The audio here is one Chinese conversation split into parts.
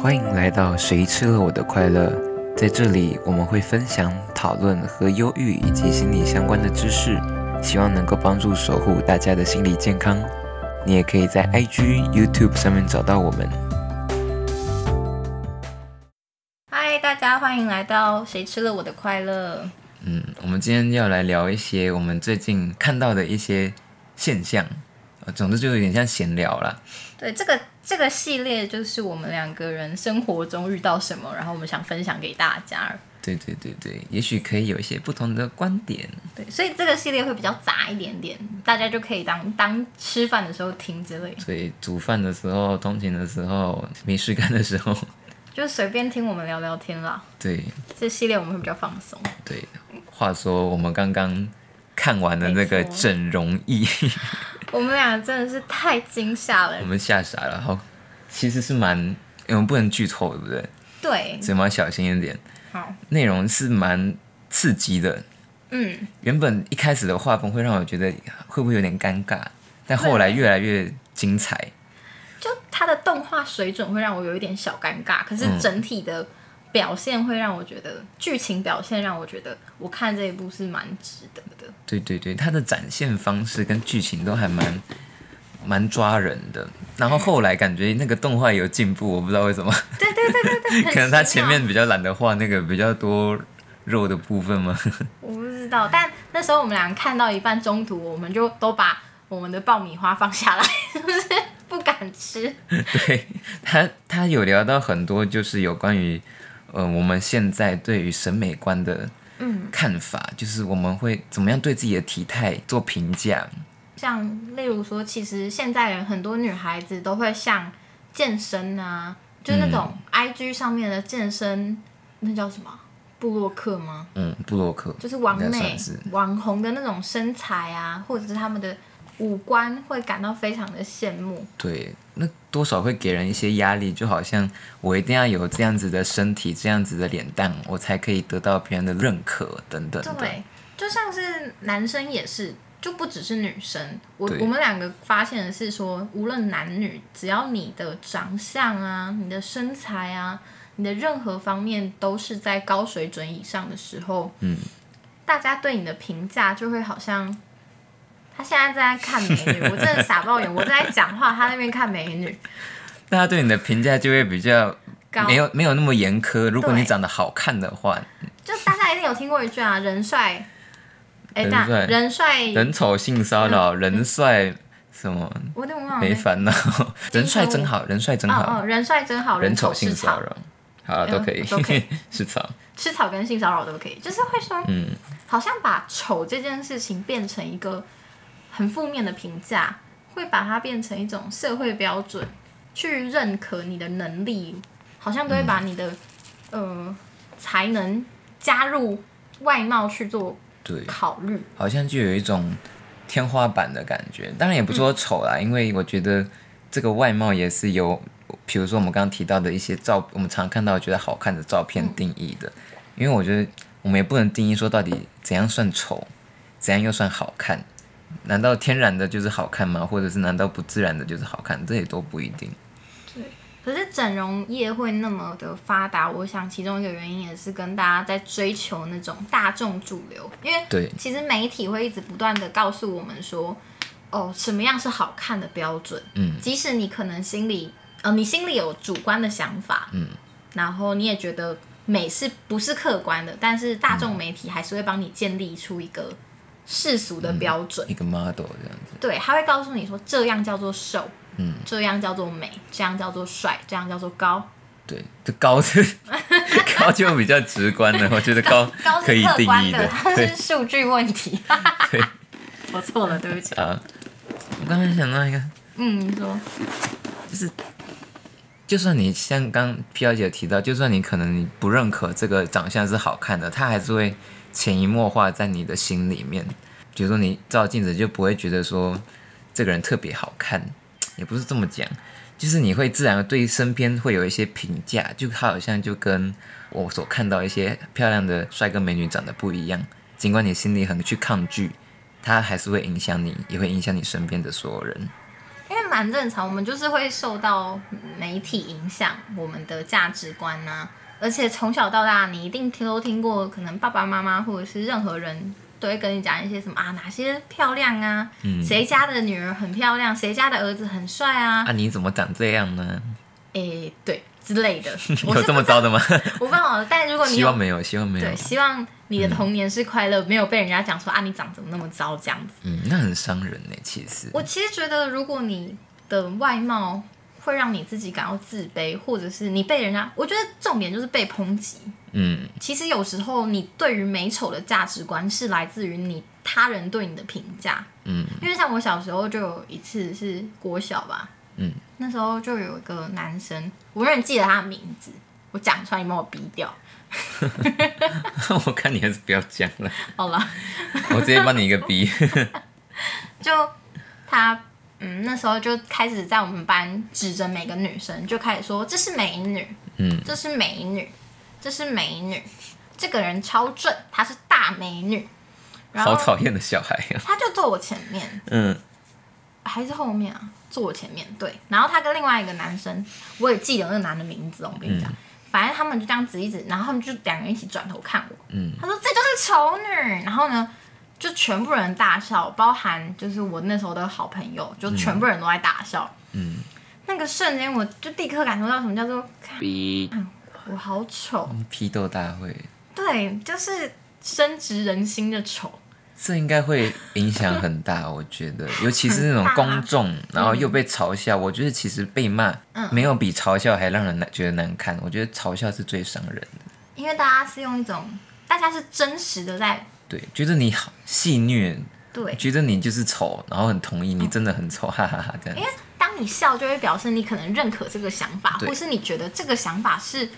欢迎来到《谁吃了我的快乐》。在这里，我们会分享、讨论和忧郁以及心理相关的知识，希望能够帮助守护大家的心理健康。你也可以在 IG、YouTube 上面找到我们。嗨，大家欢迎来到《谁吃了我的快乐》。嗯，我们今天要来聊一些我们最近看到的一些现象，呃总之就有点像闲聊啦。对，这个这个系列就是我们两个人生活中遇到什么，然后我们想分享给大家。对对对对，也许可以有一些不同的观点。对，所以这个系列会比较杂一点点，大家就可以当当吃饭的时候听之类，所以煮饭的时候、通勤的时候、没事干的时候，就随便听我们聊聊天啦。对这系列我们会比较放松。对。话说我们刚刚看完了那个没错《整容医》，我们俩真的是太惊吓了 我，们吓傻了。好，其实是蛮，因为我们不能剧透，对不对？对，所以我们要小心一点。好，内容是蛮刺激的。嗯，原本一开始的画风会让我觉得会不会有点尴尬，但后来越来越精彩。就它的动画水准会让我有一点小尴尬，可是嗯整体的表现会让我觉得，剧情表现让我觉得，我看这一部是蛮值得的。 对对对，它的展现方式跟剧情都还蛮蛮抓人的。然后后来感觉那个动画有进步，我不知道为什么，对对对对对，很可能他奇前妙面比较懒得画那个比较多肉的部分嘛。我不知道，但那时候我们俩看到一半，中途我们就都把我们的爆米花放下来，就是不敢吃。 对他，他有聊到很多，就是有关于，呃，我们现在对于审美观的嗯看法，就是我们会怎么样对自己的体态做评价。像例如说，其实现在人很多女孩子都会像健身啊，就是那种嗯 IG 上面的健身，那叫什么布洛克吗？嗯，布洛克就是完应该美算是网红的那种身材啊，或者是他们的五官，会感到非常的羡慕。对，那多少会给人一些压力，就好像我一定要有这样子的身体，这样子的脸蛋，我才可以得到别人的认可等等的。对，就像是男生也是，就不只是女生。我对我们两个发现的是说，无论男女，只要你的长相啊、你的身材啊、你的任何方面都是在高水准以上的时候，嗯，大家对你的评价就会好像。他现在正在看美女，我真的傻爆眼。我正在讲话，他那边看美 女，大家对你的评价就会比较高没有没有那么严苛。如果你对长得好看的话，就大家一定有听过一句啊，人帅，哎，人大帅人帅，人丑性骚嗯扰，人帅什么我有点忘了没那烦 恼，人帅真好，人帅真哦好，哦，人帅真好，人丑丑是性草骚，扰，好啊嗯都可以都可 以，是草，吃草跟性骚扰都可以，就是会说，嗯，好像把丑这件事情变成一个很负面的评价，会把它变成一种社会标准，去认可你的能力，好像都会把你的、嗯呃才能加入外貌去做对，考虑，好像就有一种天花板的感觉。当然也不说丑嗯啦，因为我觉得这个外貌也是由，比如说我们刚刚提到的一些照，我们常看到觉得好看的照片定义的。因为我觉得我们也不能定义说到底怎样算丑，怎样又算好看。难道天然的就是好看吗？或者是难道不自然的就是好看？这也都不一定。可是整容业会那么的发达，我想其中一个原因也是跟大家在追求那种大众主流，因为对其实媒体会一直不断的告诉我们说，哦，什么样是好看的标准，嗯，即使你可能心里，呃，你心里有主观的想法，嗯，然后你也觉得美是不是客观的，但是大众媒体还是会帮你建立出一个世俗的标准，一个 model 这样子。对，他会告诉你说这样叫做瘦，嗯，这样叫做美，这样叫做帅，这样叫做高。对，这高是 高就比较直观了，我觉得高高可是以客定观义 它对是数据问题。 对我错了，对不起。啊。我刚才想到一个，嗯，你说，就算你像刚 P 小姐提到，就算你可能你不认可这个长相是好看的，它还是会潜移默化在你的心里面。比如说你照镜子就不会觉得说这个人特别好看，也不是这么讲，就是你会自然对身边会有一些评价，就它好像就跟我所看到一些漂亮的帅哥美女长得不一样，尽管你心里很去抗拒，它还是会影响你，也会影响你身边的所有人。因为蛮正常，我们就是会受到媒体影响，我们的价值观呐、而且从小到大，你一定听都听过，可能爸爸妈妈或者是任何人都会跟你讲一些什么啊，哪些漂亮啊，嗯谁家的女儿很漂亮，谁家的儿子很帅啊，啊，你怎么长这样呢？诶、对之类 的。我有是这么不知道糟的吗？我不知道，但如果你希有望没有，希望没有对，。希望你的童年是快乐，没有被人家讲说啊你长怎么那么糟这样子。嗯，那很伤人呢，其实。我其实觉得，如果你的外貌会让你自己感到自卑，或者是你被人家，我觉得重点就是被抨击。嗯， 其实有时候你对于美丑的价值观是来自于你他人对你的评价。嗯，因为像我小时候就有一次是国小吧，嗯，那时候就有一个男生，我永远记得他的名字，我讲出来你把我逼掉。我看你还是不要讲 了，好了，我直接帮你一个逼。就他，嗯，那时候就开始在我们班指着每个女生，就开始说这是美女，嗯，这是美女，这是美女，这个人超正，她是大美女。然好后讨厌的小孩啊。他就坐我前面，嗯，还是后面啊？坐我前面，对。然后他跟另外一个男生，我也记得那个男的名字哦，我跟你讲，嗯反正他们就这样指一指，然后他们就两个人一起转头看我，嗯，他说这就是丑女，然后呢，就全部人大笑，包含就是我那时候的好朋友，就全部人都在大笑，嗯，那个瞬间我就立刻感受到什么叫做，看逼我好丑，嗯批斗大会，对，就是深植人心的丑，这应该会影响很 大，我觉得，尤其是那种公众，然后又被嘲笑，我觉得其实被骂嗯没有比嘲笑还让人难觉得难看，我觉得嘲笑是最伤人的。因为大家是用一种，大家是真实的在对，觉得你好戏虐，对。觉得你就是丑，然后很同意你真的很丑，哈哈哈，这样因。为当你笑，就会表示你可能认可这个想法，对或是你觉得这个想法是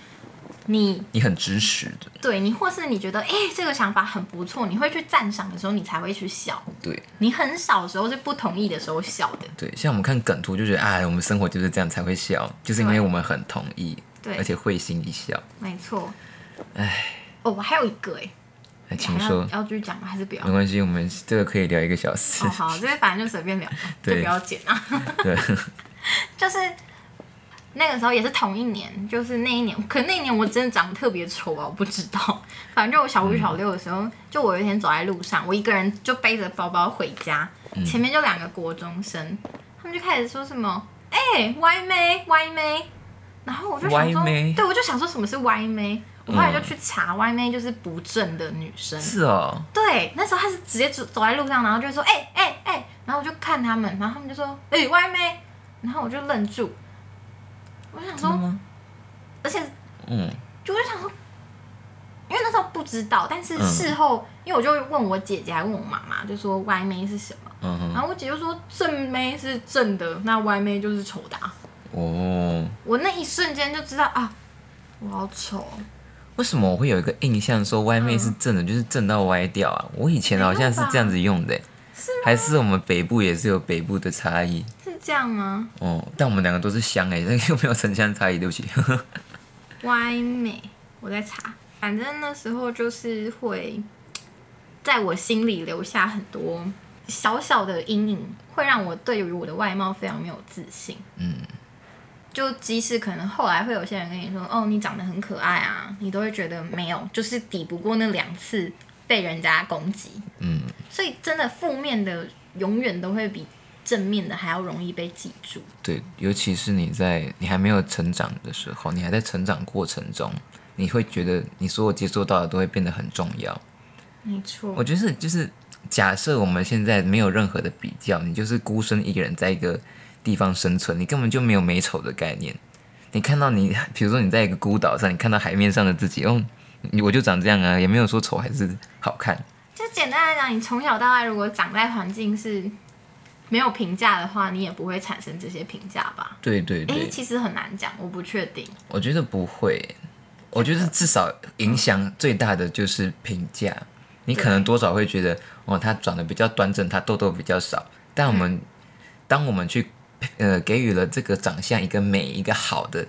你你很直实的，对你，或是你觉得哎、诶这个想法很不错，你会去赞赏的时候，你才会去笑。对你很少的时候是不同意的时候笑的，对，像我们看梗图就觉得，哎，我们生活就是这样才会笑，就是因为我们很同意，对而且会心一笑。没错。哎，哦，我还有一个哎、哎，还请要说，要继续讲吗？还是不要？没关系，我们这个可以聊一个小时哦，。好，这边反正就随便聊，就对不要剪啊。 对， 就是那个时候也是同一年，就是那一年，可那一年我真的长得特别丑啊，我不知道。反正我小嗯五小六的时候，就我有一天走在路上，我一个人就背着包包回家，嗯前面就两个国中生，他们就开始说什么，哎、歪妹，歪妹。然后我就想说，歪妹嗯对，我就想说什么是歪妹。我后来就去查，歪妹就是不正的女生。是哦，对，那时候他是直接走走在路上，然后就说哎哎哎，然后我就看他们，然后他们就说哎、外妹，然后我就愣住，我就想真的说，吗？而且嗯，就我就想说，因为那时候不知道，但是嗯事后、因为我就问我姐姐，还问我妈妈，就说外妹是什么，嗯哼，然后我姐就说正妹是正的，那外妹就是丑的、啊，哦，我那一瞬间就知道啊，我好丑，哦为什么我会有一个印象说歪妹是正的，就是正到歪掉啊？我以前好像是这样子用的、是还是我们北部也是有北部的差异是这样吗？哦，但我们两个都是乡哎、那个 又没有城乡差异，对不起。歪美，我在查。反正那时候就是会在我心里留下很多小小的阴影，会让我对于我的外貌非常没有自信。嗯，就即使可能后来会有些人跟你说：“哦，你长得很可爱啊”，你都会觉得没有，就是抵不过那两次被人家攻击。嗯，所以真的负面的永远都会比正面的还要容易被记住。对，尤其是你在你还没有成长的时候，你还在成长过程中，你会觉得你所有接触到的都会变得很重要。没错我，觉得是就是假设我们现在没有任何的比较，你就是孤身一个人在一个地方生存，你根本就没有美丑的概念。你看到你， 比如说你在一个孤岛上，你看到海面上的自己，哦，你我就长这样啊，也没有说丑还是好看。就简单来讲，你从小到大如果长在环境是没有评价的话，你也不会产生这些评价吧？对对诶，其实很难讲，我不确定。我觉得不会，我觉得至少影响最大的就是评价。你可能多少会觉得，哦，他长得比较端正，他痘痘比较少。但我们、当我们去呃给予了这个长相一个美、一个好的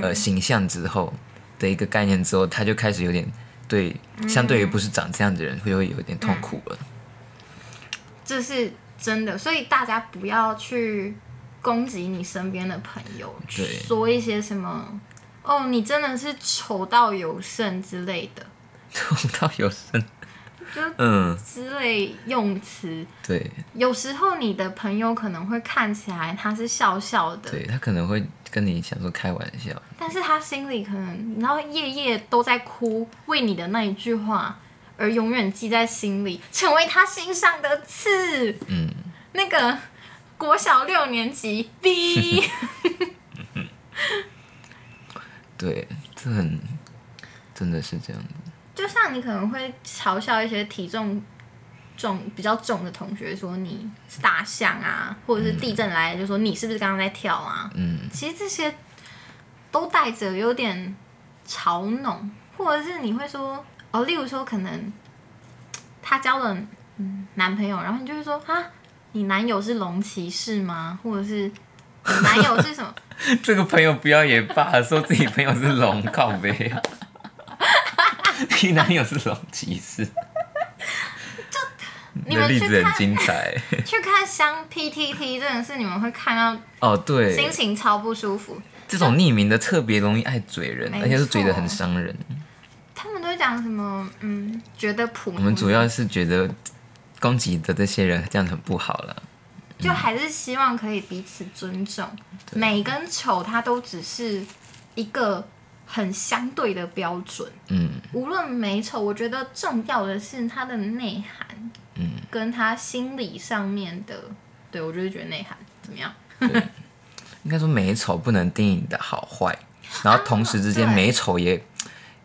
呃形象之后的一个概念之后，他就开始有点对，相对于不是长这样的人，会会有点痛苦了。这是真的，所以大家不要去攻击你身边的朋友，对说一些什么哦，你真的是丑到有剩之类的，痛 到有声就。嗯，之类用词，对有时候你的朋友可能会看起来他是笑笑的，对，他可能会跟你想说开玩笑，但是他心里可能，然后夜夜都在哭，为你的那一句话而永远记在心里，成为他心上的刺。嗯，那个国小六年级 B，对，这很真的是这样就像你可能会嘲笑一些体重重比较重的同学，说你是大象啊，或者是地震来了就说你是不是刚刚在跳啊？嗯，其实这些都带着有点嘲弄，或者是你会说哦，例如说可能她交了嗯男朋友，然后你就会说啊，你男友是龙骑士吗？或者是你男友是什么？ 这个朋友不要也罢，说自己朋友是龙靠背、啊， 你男友是龙骑士，你的们例去子很看精彩。去看香 PTT，真的是你们会看到 哦，心对，情超不舒服。这种匿名的特别容易爱嘴人，没而且是嘴的错很伤人。他们都会讲什么？嗯，觉得普我们主要是觉得攻击的这些人这样很不好了。就嗯还是希望可以彼此尊重。美跟丑，它都只是一个很相对的标准。嗯，无论美丑，我觉得重要的是它的内涵，嗯，跟它心理上面的。对我就是觉得内涵怎么样？应该说美丑不能定义你的好坏，然后同时之间啊对美丑也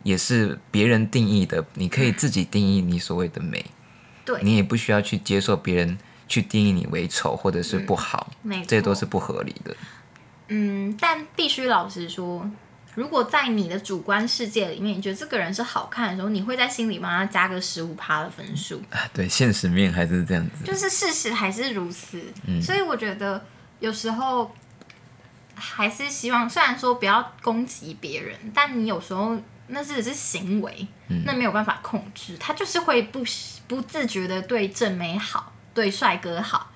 也是别人定义的，你可以自己定义你所谓的美，对你也不需要去接受别人去定义你为丑或者是不好，嗯没这错都是不合理的。嗯，但必须老实说，如果在你的主观世界里面，你觉得这个人是好看的时候，你会在心里帮他加个十五趴的分数。啊，对，现实面还是这样子。就是事实还是如此。所以我觉得有时候还是希望，虽然说不要攻击别人，但你有时候那只是行为，那没有办法控制，他就是会不不自觉的对正美好，对帅哥好。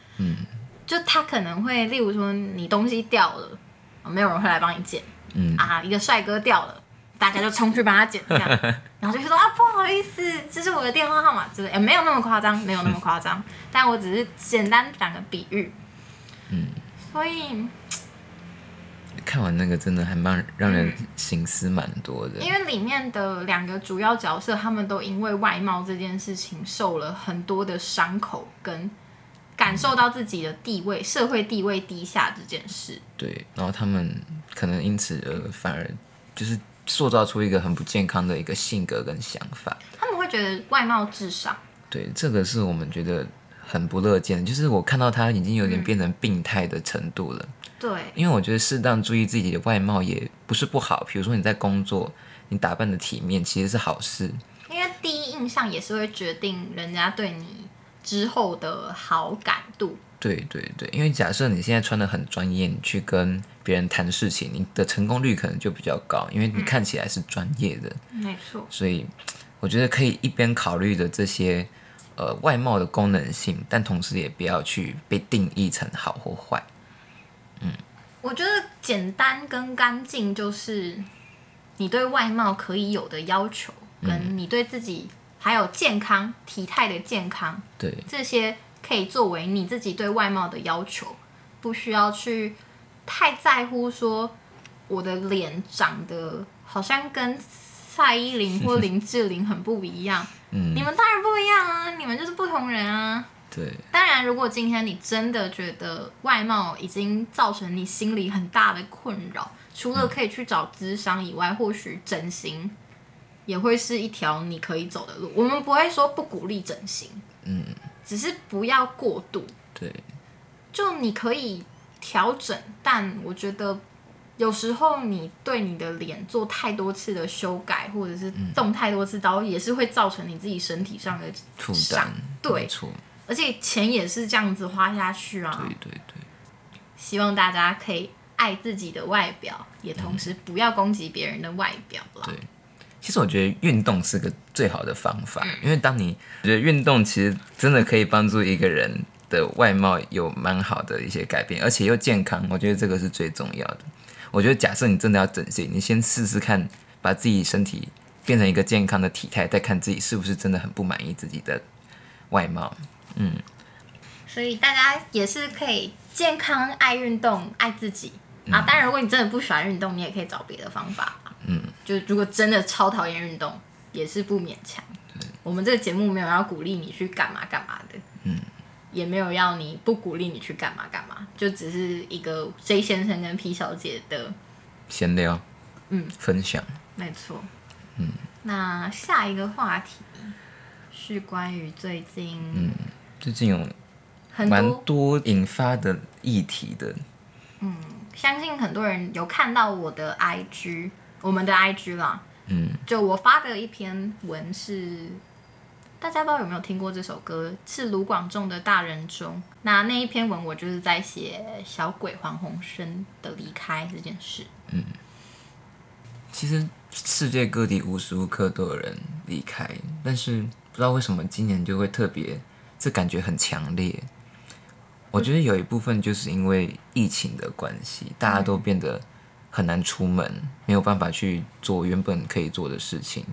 就他可能会，例如说你东西掉了，哦没有人会来帮你捡。嗯啊，一个帅哥掉了。大家就冲去帮他捡，这样，然后就说啊，不好意思，这是我的电话号码之类，也没有那么夸张，没有那么夸张，但我只是简单讲个比喻。嗯，所以看完那个真的还蛮让人醒思蛮多的。因为里面的两个主要角色，他们都因为外貌这件事情受了很多的伤口，跟感受到自己的地位、社会地位低下这件事。对，然后他们可能因此而反而就是塑造出一个很不健康的一个性格跟想法。他们会觉得外貌至上，对，这个是我们觉得很不乐见的，就是我看到他已经有点变成病态的程度了。对，因为我觉得适当注意自己的外貌也不是不好，比如说你在工作，你打扮的体面其实是好事。因为第一印象也是会决定人家对你之后的好感度。对对对，因为假设你现在穿的很专业，你去跟别人谈事情，你的成功率可能就比较高，因为你看起来是专业的。没错，所以我觉得可以一边考虑的这些呃外貌的功能性，但同时也不要去被定义成好或坏。我觉得简单跟干净就是你对外貌可以有的要求，跟你对自己还有健康体态的健康对，这些可以作为你自己对外貌的要求，不需要去太在乎说我的脸长得好像跟蔡依林或林志玲很不一样。嗯你们当然不一样啊，你们就是不同人啊。对当然，如果今天你真的觉得外貌已经造成你心里很大的困扰，除了可以去找咨商以外，或许整形也会是一条你可以走的路。我们不会说不鼓励整形，嗯，只是不要过度。对，就你可以调整，但我觉得有时候你对你的脸做太多次的修改，或者是动太多次刀，也是会造成你自己身体上的，负上担，对没错，而且钱也是这样子花下去啊。对对对，希望大家可以爱自己的外表，也同时不要攻击别人的外表啦。对其实我觉得运动嗯是个最好的方法，因为当你觉得运动其实真的可以帮助一个人的外貌有蛮好的一些改变，而且又健康，我觉得这个是最重要的。我觉得假设你真的要整形，你先试试看，把自己身体变成一个健康的体态，再看自己是不是真的很不满意自己的外貌。所以大家也是可以健康、爱运动、爱自己啊。当然，如果你真的不喜欢运动，你也可以找别的方法。嗯，就如果真的超讨厌运动，也是不勉强。我们这个节目没有要鼓励你去干嘛干嘛的，嗯，也没有要你不鼓励你去干嘛干嘛，就只是一个 J 先生跟 P 小姐的闲聊，嗯，分享。没错，嗯，那下一个话题是关于最近最近有嗯很多、蛮多引发的议题的，相信很多人有看到我的 IG，我们的 IG 啦，嗯，就我发的一篇文是，大家不知道有没有听过这首歌，是卢广仲的《大人中》。那那一篇文我就是在写小鬼黄鸿升的离开这件事。其实世界各地无时无刻都有人离开，但是不知道为什么今年就会特别，这感觉很强烈。我觉得有一部分就是因为疫情的关系，大家都变得很难出门，没有办法去做原本可以做的事情，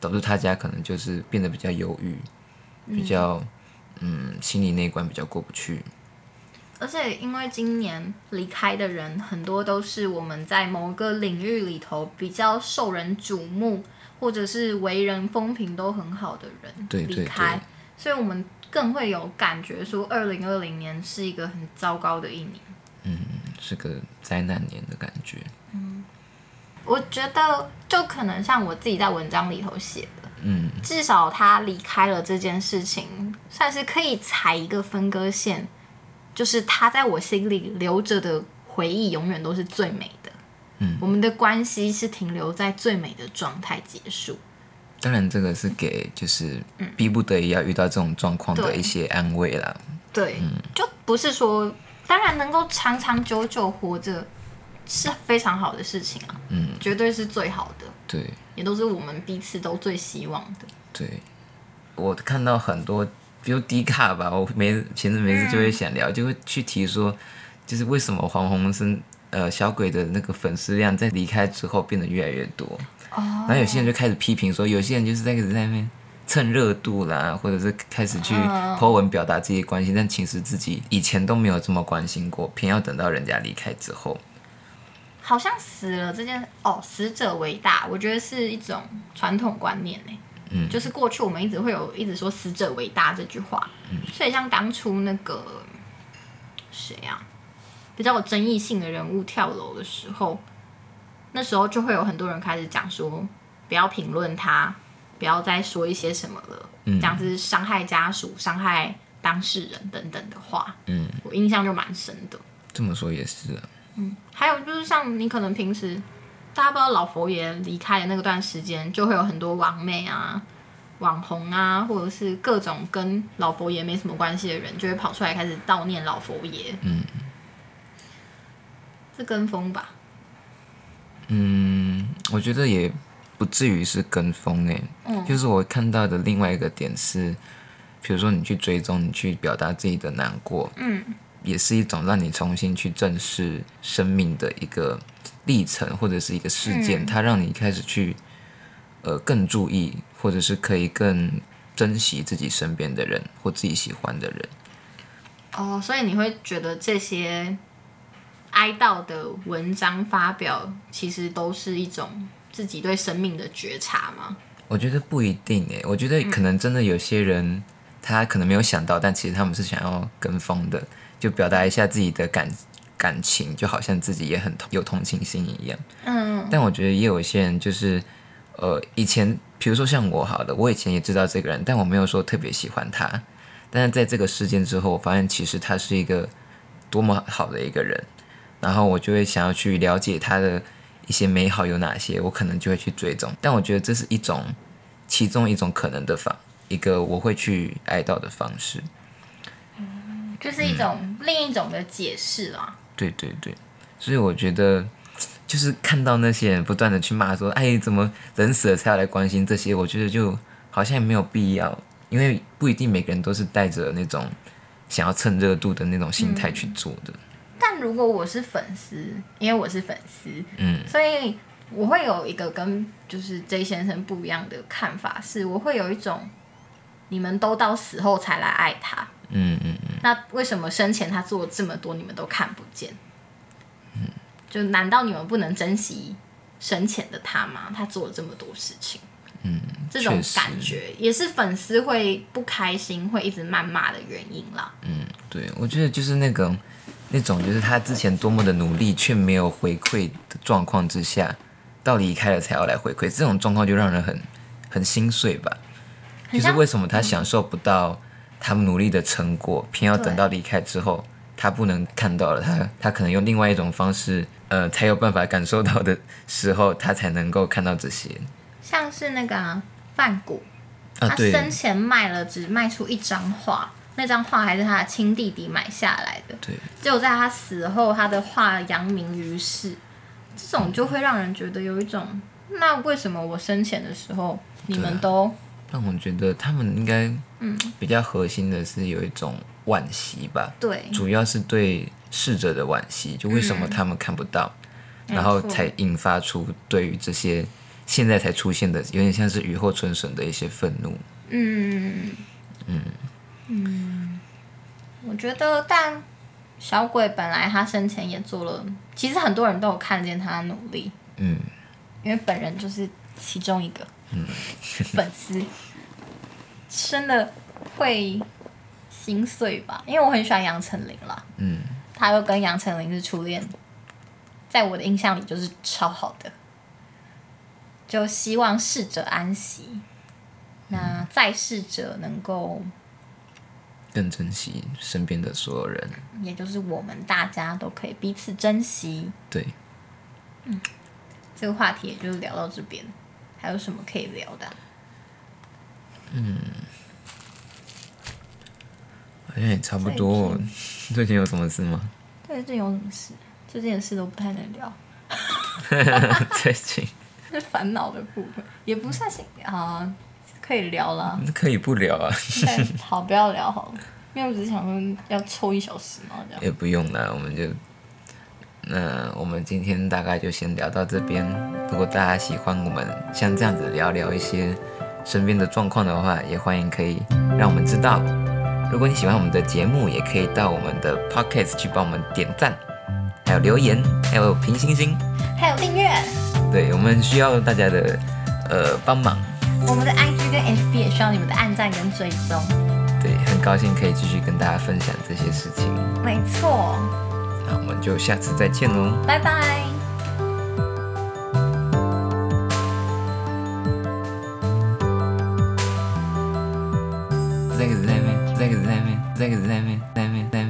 导致大家可能就是变得比较忧郁，比较嗯心里那一关比较过不去。而且因为今年离开的人很多都是我们在某个领域里头比较受人瞩目，或者是为人风评都很好的人对对离开对，所以我们更会有感觉说，二零二零年是一个很糟糕的一年。是个灾难年的感觉。我觉得就可能像我自己在文章里头写的，嗯，至少他离开了这件事情，算是可以踩一个分割线，就是他在我心里留着的回忆永远都是最美的。嗯，我们的关系是停留在最美的状态结束。当然，这个是给就是逼不得已要遇到这种状况的一些安慰啦。对，就不是说，当然能够长长久久活着是非常好的事情啊，嗯，绝对是最好的，对也都是我们彼此都最希望的。对，我看到很多，比如迪卡吧，我没闲着没事就会想聊，就会去提说，就是为什么黄鸿升呃小鬼的那个粉丝量在离开之后变得越来越多，然后有些人就开始批评说，有些人就是在一直在那边蹭热度啦，或者是开始去嗯 po 文表达自己的关心，但其实自己以前都没有这么关心过，偏要等到人家离开之后。好像死了这件哦，死者为大，我觉得是一种传统观念呢。嗯，就是过去我们一直会有一直说“死者为大”这句话，所以像当初那个谁呀、啊比较有争议性的人物跳楼的时候，那时候就会有很多人开始讲说，不要评论他，不要再说一些什么了，这样子伤害家属、伤害当事人等等的话，嗯，我印象就蛮深的。这么说也是啊，还有就是像你可能平时大家不知道老佛爷离开的那段时间，就会有很多网妹啊、网红啊，或者是各种跟老佛爷没什么关系的人，就会跑出来开始悼念老佛爷。嗯，是跟风吧？我觉得也不至于是跟风诶、就是我看到的另外一个点是，比如说你去追踪，你去表达自己的难过，嗯，也是一种让你重新去正视生命的一个历程或者是一个事件，它让你开始去呃更注意，或者是可以更珍惜自己身边的人或自己喜欢的人。哦，所以你会觉得这些哀悼的文章发表，其实都是一种自己对生命的觉察吗？我觉得不一定诶，我觉得可能真的有些人他可能没有想到，但其实他们是想要跟风的，就表达一下自己的感感情，就好像自己也很同有同情心一样。嗯，但我觉得也有一些人就是，呃，以前比如说像我好了，我以前也知道这个人，但我没有说特别喜欢他。但是在这个事件之后，我发现其实他是一个多么好的一个人，然后我就会想要去了解他的一些美好有哪些，我可能就会去追踪。但我觉得这是一种其中一种可能的方，一个我会去哀悼的方式。就是一种、另一种的解释啦。对对对，所以我觉得就是看到那些人不断的去骂说，哎，怎么人死了才要来关心这些？我觉得就好像也没有必要，因为不一定每个人都是带着那种想要蹭热度的那种心态去做的。但如果我是粉丝，因为我是粉丝，嗯，所以我会有一个跟就是 J 先生不一样的看法，是我会有一种你们都到死后才来爱他，嗯嗯嗯，那为什么生前他做了这么多你们都看不见？就难道你们不能珍惜生前的他吗？他做了这么多事情，嗯，这种确实感觉也是粉丝会不开心，会一直谩骂的原因啦。对，我觉得就是那个那种，就是他之前多么的努力却没有回馈的状况之下，到离开了才要来回馈，这种状况就让人很很心碎吧。很就是像嗯为什么他享受不到他们努力的成果，偏要等到离开之后，他不能看到了，他他可能用另外一种方式，呃，才有办法感受到的时候，他才能够看到这些像是那个啊范谷，啊他，对生前卖了只卖出一张画，那张画还是他的亲弟弟买下来的。对，只有在他死后，他的画扬名于世，这种就会让人觉得有一种，那为什么我生前的时候你们啊都让我觉得他们应该，嗯，比较核心的是有一种惋惜吧，对主要是对逝者的惋惜，就为什么他们看不到，嗯然后没错才引发出对于这些现在才出现的，有点像是雨后春笋的一些愤怒。嗯嗯我觉得，但小鬼本来他生前也做了，其实很多人都有看见他的努力，嗯，因为本人就是其中一个、粉丝，真的会心碎吧？因为我很喜欢杨丞琳啦，嗯，他又跟杨丞琳是初恋，在我的印象里就是超好的，就希望逝者安息，那在世者能够，更珍惜身边的所有人。也就是我们大家都可以彼此珍惜。对，这个话题也就聊到这边，还有什么可以聊的啊、好像也差不多。哦最近有什么事吗？对，最近有什么事？最近的事都不太能聊， 最近是烦恼的部分，也不算是啊，可以聊 啦。可以不聊啊，但好，不要聊好了，因为我只是想说要抽一小时嘛，这样。也不用啦，我们就。那我们今天大概就先聊到这边。如果大家喜欢我们像这样子聊聊一些身边的状况的话，也欢迎可以让我们知道。如果你喜欢我们的节目，也可以到我们的 podcast 去帮我们点赞，还有留言，还有评星星。 还有订阅对我们需要大家的呃帮忙。我们的 IG 跟 FB 也需要你们的按赞跟追踪。对，很高兴可以继续跟大家分享这些事情。没错，那我们就下次再见喽。拜拜。 Zack 在那边，Zack 在那边，Zack 在那边，在那边，在那边。